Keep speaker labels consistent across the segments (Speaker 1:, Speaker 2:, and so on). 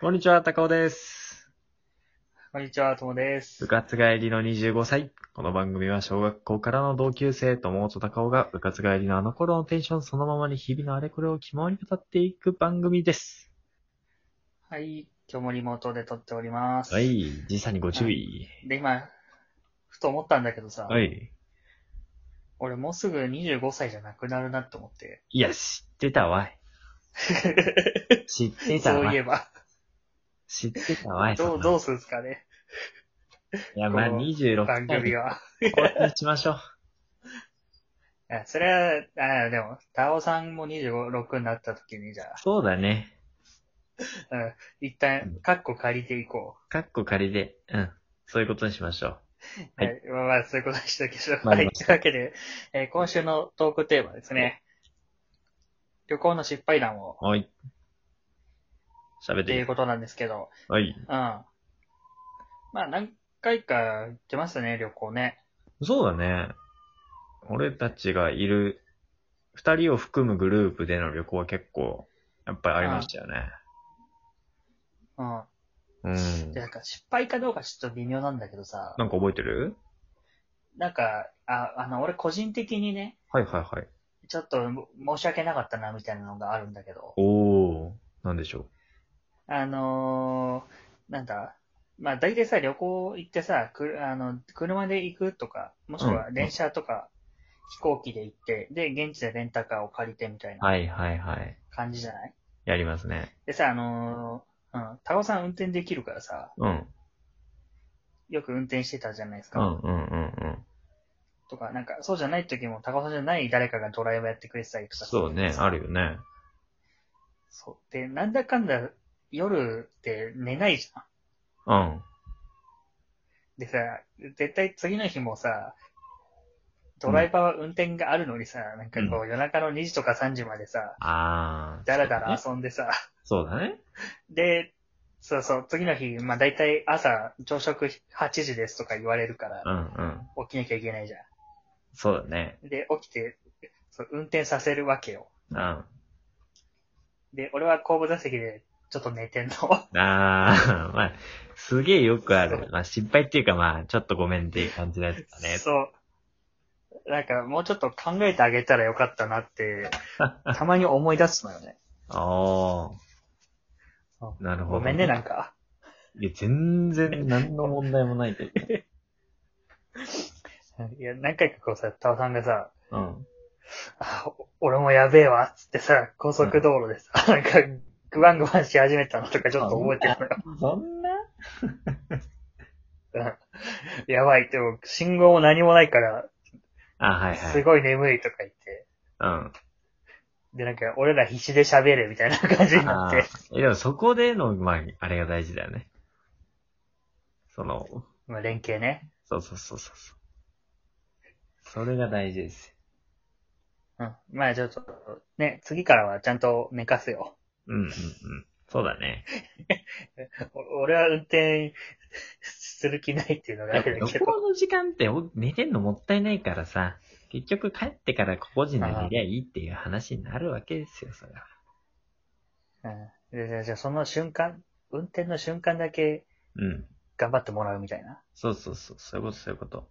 Speaker 1: こんにちは、高尾です。
Speaker 2: こんにちは、ともです
Speaker 1: 部。活帰りの25歳。この番組は小学校からの同級生、友と高尾が部活帰りのあの頃のテンションそのままに日々のあれこれを気ままに語っていく番組です。
Speaker 2: はい、今日もリモートで撮っております。
Speaker 1: は。い、時差にご注意。
Speaker 2: で、今、ふと思ったんだけどさ、
Speaker 1: はい。
Speaker 2: 俺もうすぐ25歳じゃなくなるなって思って。
Speaker 1: いや、知ってたわい。知ってた
Speaker 2: そう
Speaker 1: わ
Speaker 2: いえ
Speaker 1: い。
Speaker 2: ば、
Speaker 1: 知ってたわい。
Speaker 2: ど
Speaker 1: そ
Speaker 2: う、
Speaker 1: ん
Speaker 2: ど
Speaker 1: な
Speaker 2: うするんですかね、
Speaker 1: いや、まあ
Speaker 2: この
Speaker 1: 26歳
Speaker 2: 番組
Speaker 1: に
Speaker 2: は。
Speaker 1: しましょう。
Speaker 2: いや、それは、あでも、タオさんも25、6になった時に、じゃあ、
Speaker 1: そうだね。
Speaker 2: うん、一
Speaker 1: うん
Speaker 2: 旦、カッコ借りていこ
Speaker 1: カッコ仮で。うん。そういうことにしましょ
Speaker 2: う。
Speaker 1: はい
Speaker 2: はい。まあまあ、そういうことにしときましょう。
Speaker 1: わか
Speaker 2: は
Speaker 1: り
Speaker 2: い。
Speaker 1: ま
Speaker 2: と
Speaker 1: し
Speaker 2: いうわけで、えー今週のトークテーマですね。旅行の失敗談を、
Speaker 1: う。はい。喋っ
Speaker 2: って
Speaker 1: て
Speaker 2: い
Speaker 1: いうく
Speaker 2: ことなんですけど、
Speaker 1: はい。
Speaker 2: うん。まあ、何回か行ってますね、旅行ね。
Speaker 1: そうだね。俺たちがいる、二人を含むグループでの旅行は結構、やっぱりありましたよね。
Speaker 2: うん。
Speaker 1: うん。
Speaker 2: で、なんか失敗かどうかちょっと微妙なんだけどさ、
Speaker 1: なんか覚えてる
Speaker 2: なんか、あ、あの、俺個人的にね、
Speaker 1: はいはいはい。
Speaker 2: ちょっと申し訳なかったな、みたいなのがあるんだけど、
Speaker 1: おー、なんでしょ
Speaker 2: あのー、なんだ、まあ、大体さ、旅行行ってさ、くあの車で行くとか、もしくは
Speaker 1: うん。
Speaker 2: 電車とか、飛行機で行って、で、現地でレンタカーを借りてみたいうな
Speaker 1: はいはいはい。
Speaker 2: 感じじゃない
Speaker 1: やりますね。
Speaker 2: でさ、あのー、うん、タオさん運転できるからさ、
Speaker 1: うん。
Speaker 2: よく運転してたじゃないです
Speaker 1: う
Speaker 2: か。
Speaker 1: んうんうんうん。
Speaker 2: とか、なんか、そうじゃない時も、高尾さんじゃない誰かがドライバーやってくれてたりとか。
Speaker 1: そうね、あるよね。
Speaker 2: そう。で、なんだかんだ、夜って寝ないじゃん。
Speaker 1: うん。
Speaker 2: でさ、絶対次の日もさ、ドライバーは運転があるのにさ、なんかこう、夜中の2時とか3時までさ、
Speaker 1: あー。
Speaker 2: だらだら遊んでさ、
Speaker 1: そうだね。
Speaker 2: で、そうそう、次の日、まあ大体朝、朝食8時ですとか言われるから
Speaker 1: う、んうん。
Speaker 2: 起きなきゃいけないじゃ
Speaker 1: そうだね。
Speaker 2: ん。で、起きて、そう運転させるわけよ。
Speaker 1: うん。あ
Speaker 2: で、俺は後部座席でちょっと寝てんの。
Speaker 1: ー、 まあ、すげえよくある。まあ、失敗っていうかまあ、ちょっとごめんっていう感じのやつだね。
Speaker 2: そう。なんか、もうちょっと考えてあげたらよかったなって、たまに思い出すのよね。
Speaker 1: ああ
Speaker 2: そ。
Speaker 1: なるほど。
Speaker 2: ごめんね、なんか。
Speaker 1: いや、全然何の問題もない けど。
Speaker 2: いや、何回かこうさ、タオさんがさ、
Speaker 1: うん。
Speaker 2: あお俺もやべえわ、つってさ、高速道路でさ、なんか、グワングワンし始めたのとかちょっと覚えてるのよ。
Speaker 1: そんな
Speaker 2: やばい、でも、信号も何もないから、
Speaker 1: あ、はいはい。
Speaker 2: すごい眠いとか言って、
Speaker 1: うん。
Speaker 2: で、なんか、俺ら必死で喋れみたいな感じにな
Speaker 1: あ
Speaker 2: って、
Speaker 1: ーえでもそこでの、まあ、あれが大事だよね。その、
Speaker 2: まあ、連携ね。
Speaker 1: そうそうそうそうそう。それが大事です。
Speaker 2: うん。まあ、ちょっと、ね、次からはちゃんと寝かせよう。
Speaker 1: うんうんうん。そうだね。
Speaker 2: お俺は運転する気ないっていうのがあ
Speaker 1: だって
Speaker 2: るん
Speaker 1: 旅
Speaker 2: だけど。
Speaker 1: 行の時間ってお寝てんのもったいないからさ、結局帰ってから個々人で寝りゃいいっていう話になるわけですよ、それは。
Speaker 2: うんでじゃあ、じゃあその瞬間、運転の瞬間だけ
Speaker 1: うん。
Speaker 2: 頑張ってもらうみたいな。
Speaker 1: そうそうそう、そういうこと、そういうこと。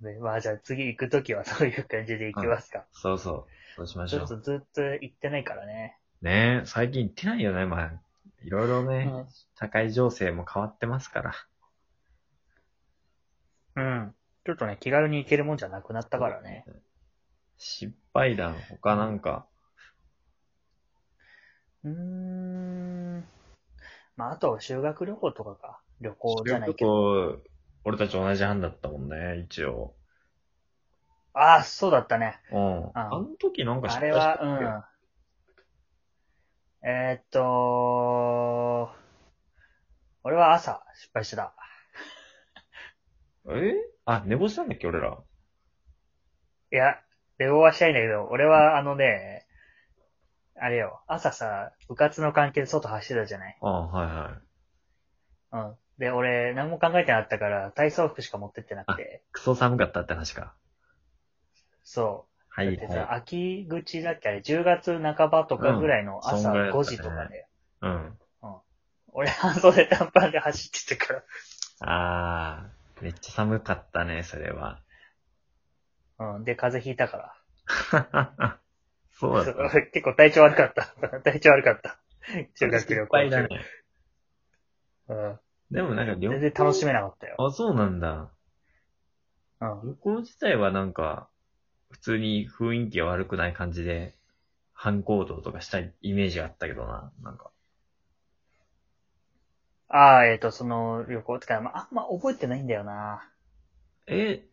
Speaker 2: でまあ、じゃあ次行くときはそういう感じで行きますか。
Speaker 1: そうそう。そうしまし
Speaker 2: ち
Speaker 1: ょ
Speaker 2: ょっ
Speaker 1: う。
Speaker 2: とずっと行ってないからね。
Speaker 1: ねえ、最近行ってないよね、まあ。いろいろね、社会情勢も変わってますから。
Speaker 2: うん。うんちょっとね、気軽に行けるもんじゃなくなったからね。。
Speaker 1: 失敗談、他なんか。
Speaker 2: うーん。まあ、あと、修学旅行とかか。旅行じゃないけど。
Speaker 1: ど。俺たち同じ班だったもんね、一応。
Speaker 2: ああ、そうだったね。
Speaker 1: うん。あの時なんか
Speaker 2: あ
Speaker 1: 失
Speaker 2: れ
Speaker 1: 敗したっけ
Speaker 2: は、うん。えーっと、俺は朝失敗してた。
Speaker 1: えあ、寝坊したんだっけ、俺ら。
Speaker 2: いや、レゴはしたいんだけど、俺はあのね、あれよ、朝さ、部活の関係で外走ってたじゃない。
Speaker 1: あはいはい。
Speaker 2: うん。で、俺、何も考えてなかったから、体操服しか持ってってなくて、
Speaker 1: クソ寒かったって話か。
Speaker 2: そ
Speaker 1: はい
Speaker 2: だってさ
Speaker 1: はい。
Speaker 2: 秋口だっけあれ、10月半ばとかぐらいの
Speaker 1: うんそ
Speaker 2: 朝
Speaker 1: んぐらいだった
Speaker 2: 5
Speaker 1: ね
Speaker 2: 時とかで、
Speaker 1: うん。
Speaker 2: 俺半袖短パンで走ってたか
Speaker 1: あー、めっちゃ寒かったね、それは。
Speaker 2: ら。うん。で、風邪ひいたから。
Speaker 1: そうだっ
Speaker 2: そ
Speaker 1: た
Speaker 2: う。 結構体調悪かった。 体調悪かった。修学旅
Speaker 1: いっぱい
Speaker 2: 行
Speaker 1: だ
Speaker 2: 中。
Speaker 1: ね。
Speaker 2: うん。
Speaker 1: でもなんか旅
Speaker 2: 全
Speaker 1: 行、
Speaker 2: 然楽しめなかったよ。
Speaker 1: あ、そうなんだ。
Speaker 2: うん。
Speaker 1: 旅行自体はなんか、普通に雰囲気悪くない感じで、反行動とかしたイメージがあったけどな、なんか。
Speaker 2: ああ、えっ、と、その旅行ってか、まあ、あんま覚えてないんだよな。
Speaker 1: え、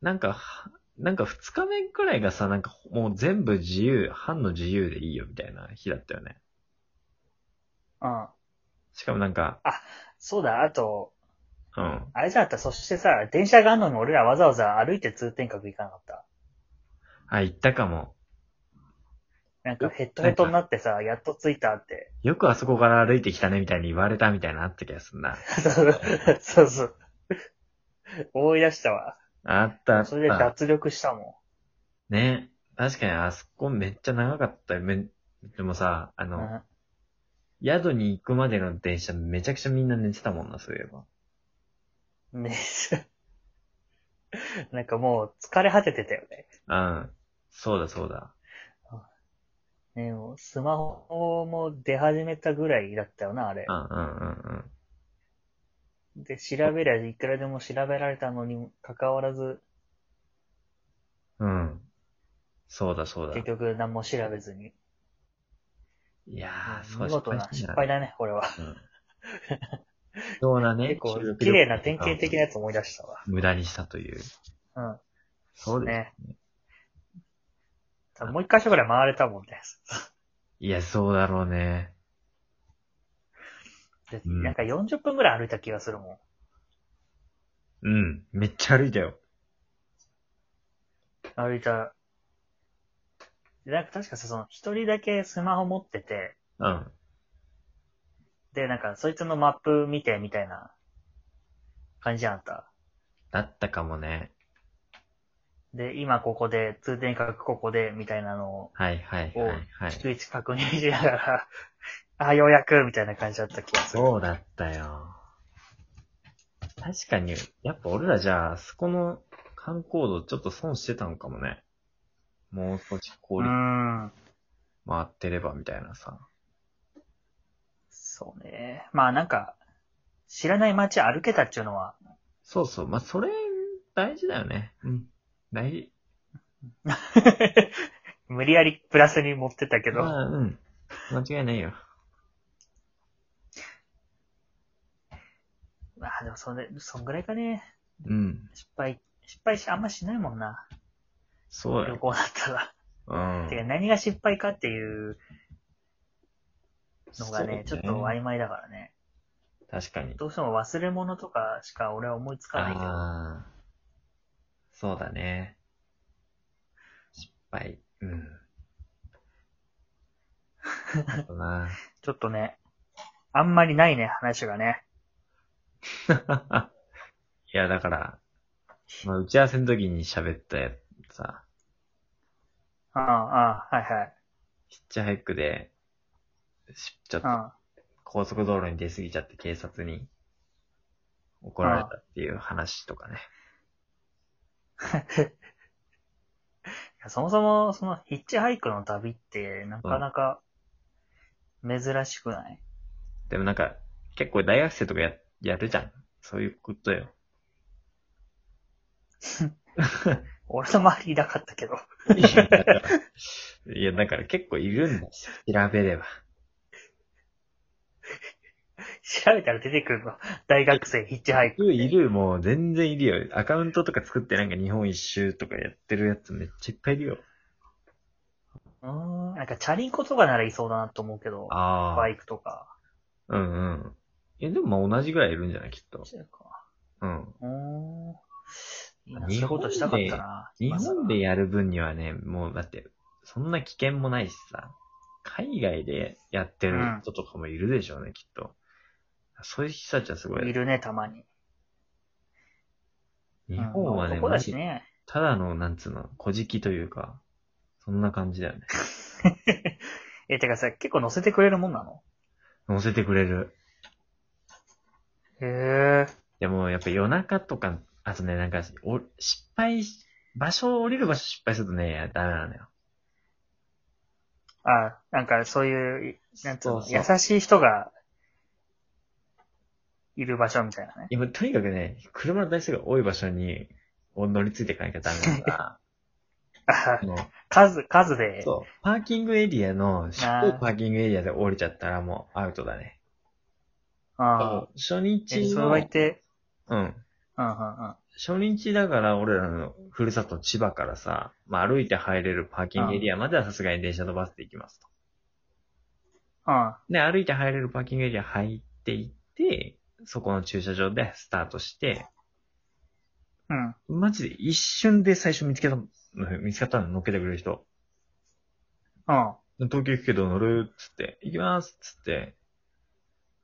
Speaker 1: なんか、はなんか二日目くらいがさ、なんかもう全部自由、半の自由でいいよみたいな日だったよね。
Speaker 2: うん。
Speaker 1: しかもなんか、
Speaker 2: そうだ、あと、
Speaker 1: うん。
Speaker 2: あれじゃなかった。そしてさ、電車があるのに俺らわざわざ歩いて通天閣行かなかった。
Speaker 1: あ、行ったかも。
Speaker 2: なんかヘッドヘッドになってさ、やっと着いたって。
Speaker 1: よくあそこから歩いてきたねみたいに言われたみたいなのあった気がするな。
Speaker 2: そうそう。思い出したわ。
Speaker 1: あったあった。
Speaker 2: それで脱力したもん。
Speaker 1: ね。確かにあそこめっちゃ長かったよ。めでもさ、あの、
Speaker 2: うん
Speaker 1: 宿に行くまでの電車めちゃくちゃみんな寝てたもんな、そういえば。
Speaker 2: ね なんかもう疲れ果ててたよね。
Speaker 1: うん。そうだそうだ。
Speaker 2: ねもうスマホも出始めたぐらいだったよな、あれ
Speaker 1: う。んうんうんうん。
Speaker 2: で、調べりゃいくらでも調べられたのにもかかわらず、
Speaker 1: うん。そうだそうだ。
Speaker 2: 結局何も調べずに。
Speaker 1: いやー、そう
Speaker 2: 見事な失敗
Speaker 1: だ。
Speaker 2: だね、これは。
Speaker 1: うん。そうだね。
Speaker 2: 結構
Speaker 1: 修学旅行
Speaker 2: 綺麗な典型的なやつ思い出した
Speaker 1: 無駄にしたという。
Speaker 2: わ。。
Speaker 1: そううんです。
Speaker 2: ね。もう一箇所ぐらい回れたもんね。
Speaker 1: いや、そうだろうね。
Speaker 2: で
Speaker 1: うん
Speaker 2: なんか40分ぐらい歩いた気がするもん。
Speaker 1: うん。めっちゃ歩いたよ。
Speaker 2: 歩いた。でなんか確かさ、その一人だけスマホ持ってて、
Speaker 1: うん。
Speaker 2: で、なんか、そいつのマップ見て、みたいな感じじゃなかった。
Speaker 1: だったかもね。
Speaker 2: で、今ここで、通天閣ここで、みたいなのを、
Speaker 1: はいはいはいはい。
Speaker 2: 逐一確認しながら、 あ、ようやく、みたいな感じだった気がする。
Speaker 1: そうだったよ。確かに、やっぱ俺らじゃあ、そこの観光道ちょっと損してたのかもね。もう少し
Speaker 2: う
Speaker 1: 効
Speaker 2: ー
Speaker 1: 率
Speaker 2: ん。
Speaker 1: 回ってればみたいなさ。
Speaker 2: そうね。まあなんか、知らない街歩けたっていうのは、
Speaker 1: そうそう。まあ、それ、大事だよね。うん。大事。
Speaker 2: 無理やりプラスに持ってったけど、
Speaker 1: まあ、うん。間違いないよ。
Speaker 2: まあでもそれ、そんぐらいかね。
Speaker 1: うん。
Speaker 2: 失敗、失敗し、あんましないもんな。
Speaker 1: そうだ
Speaker 2: 旅
Speaker 1: よ。
Speaker 2: 行だったら。
Speaker 1: う
Speaker 2: てか
Speaker 1: ん。
Speaker 2: 何が失敗かっていうのがね、ち
Speaker 1: そ
Speaker 2: ょ
Speaker 1: う
Speaker 2: っと曖昧だからね。
Speaker 1: 確かに。
Speaker 2: どうしても忘れ物とかしか俺は思いつかないけど。
Speaker 1: ああ。そうだね。失敗。うん。あとな。
Speaker 2: ちょっとね、あんまりないね、話がね。
Speaker 1: いや、だから、まあ、打ち合わせの時に喋ったやつさ、
Speaker 2: うん、うん、はいはい。
Speaker 1: ヒッチハイクで、しちょっ
Speaker 2: う
Speaker 1: と
Speaker 2: ん。
Speaker 1: 高速道路に出過ぎちゃって警察に怒られたっていう話とかね。
Speaker 2: いやそもそも、そのヒッチハイクの旅って、なかなか、珍しくない、
Speaker 1: でもなんか、結構大学生とかや、やるじゃん。そういうことよ。
Speaker 2: 俺の周りいなかったけど。
Speaker 1: いや、だから、 いやだから結構いるんだし、調べれば。
Speaker 2: 調べたら出てくるの。大学生ヒッチハイク。
Speaker 1: いる、もう全然いるよ。アカウントとか作ってなんか日本一周とかやってるやつめっちゃいっぱいいるよ。
Speaker 2: うーん。なんかチャリンコとかならいそうだなと思うけど、
Speaker 1: ああ。
Speaker 2: バイクとか。
Speaker 1: うんうん。え、でもまあ同じぐらいいるんじゃないきっと。
Speaker 2: そうか
Speaker 1: うん。
Speaker 2: うーん。いいなそう
Speaker 1: 日
Speaker 2: いう
Speaker 1: 本
Speaker 2: こ
Speaker 1: で
Speaker 2: としたかったな。
Speaker 1: 日本で
Speaker 2: 今
Speaker 1: やる分にはね、もうだって、そんな危険もないしさ、海外でやってる人とかもいるでしょうね、きっと。そういう人たちはすご
Speaker 2: 更い
Speaker 1: い。
Speaker 2: るね、たまに。
Speaker 1: 日本は
Speaker 2: うん
Speaker 1: ね、
Speaker 2: 男
Speaker 1: マ
Speaker 2: だし
Speaker 1: ジ
Speaker 2: ね。
Speaker 1: ただの、なんつうの、小じきというか、そんな感じだよね。
Speaker 2: え、てかさ、結構乗せてくれるもんなの
Speaker 1: 乗せてくれる。
Speaker 2: へえ。
Speaker 1: でも、やっぱ夜中とか、あとね、なんか、お失敗し、場所、降りる場所失敗するとね、ダメなのよ。
Speaker 2: あ、なんかそういう、なんつうの、
Speaker 1: そうそう
Speaker 2: 優しい人が、いる場所みたいなね。
Speaker 1: 今、とにかくね、車の台数が多い場所に、を乗り継いでいかなきゃダメだ から、
Speaker 2: あ
Speaker 1: あの
Speaker 2: 数、数で。
Speaker 1: そう、パーキングエリアの、執行パーキングエリアで降りちゃったらもうアウトだね。
Speaker 2: ああ。
Speaker 1: 初日
Speaker 2: え、それ
Speaker 1: の、
Speaker 2: は言って、
Speaker 1: うん。
Speaker 2: うんうんうん。
Speaker 1: 初日だから、俺らのふるさと千葉からさ、まあ、歩いて入れるパーキングエリアまではさすがに電車とバスで行きますと。
Speaker 2: うん。
Speaker 1: で、歩いて入れるパーキングエリア入っていって、そこの駐車場でスタートして、
Speaker 2: うん。
Speaker 1: マジで一瞬で最初見つけたのよ、見つかったの、乗っけてくれる人。
Speaker 2: うん。
Speaker 1: 東京行くけど乗るっつって、行きますっつって。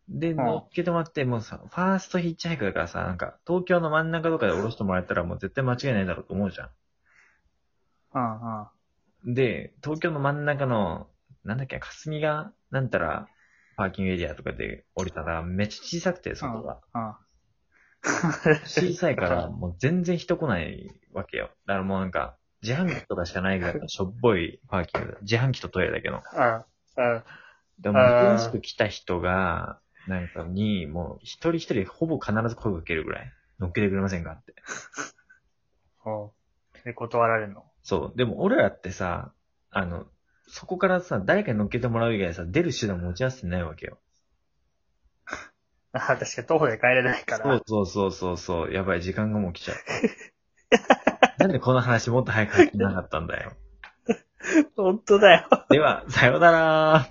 Speaker 1: で、
Speaker 2: ん
Speaker 1: 乗っけてもらって、もうさ、ファーストヒッチハイクだからさ、なんか、東京の真ん中とかで降ろしてもらえたらもう絶対間違いないだろうと思うじゃ
Speaker 2: うん。 うん。
Speaker 1: ん。で、東京の真ん中の、なんだっけ、霞が、なんたら、パーキングエリアとかで降りたら、めっちゃ小さくて、そこが。
Speaker 2: うん。
Speaker 1: 小さいから、もう全然人来ないわけよ。だからもうなんか、自販機とかしかないぐらいのしょっぽいパーキングだ。自販機とトイレだけの。
Speaker 2: うん。うん。
Speaker 1: でも、珍しく来た人が、なんかに、もう、一人一人ほぼ必ず声かけるぐらい、乗っけてくれませんかって。
Speaker 2: ほう。で、断られるの。
Speaker 1: そう。でも、俺らってさ、あの、そこからさ、誰かに乗っけてもらう以外さ、出る手段持ち合わせてないわけよ。
Speaker 2: あ確かに徒歩で帰れないから。
Speaker 1: そうそうそうそうそう。やばい、時間がもう来ちゃう。なんでこの話もっと早く聞きなかったんだよ。
Speaker 2: 本当だよ。
Speaker 1: では、さようなら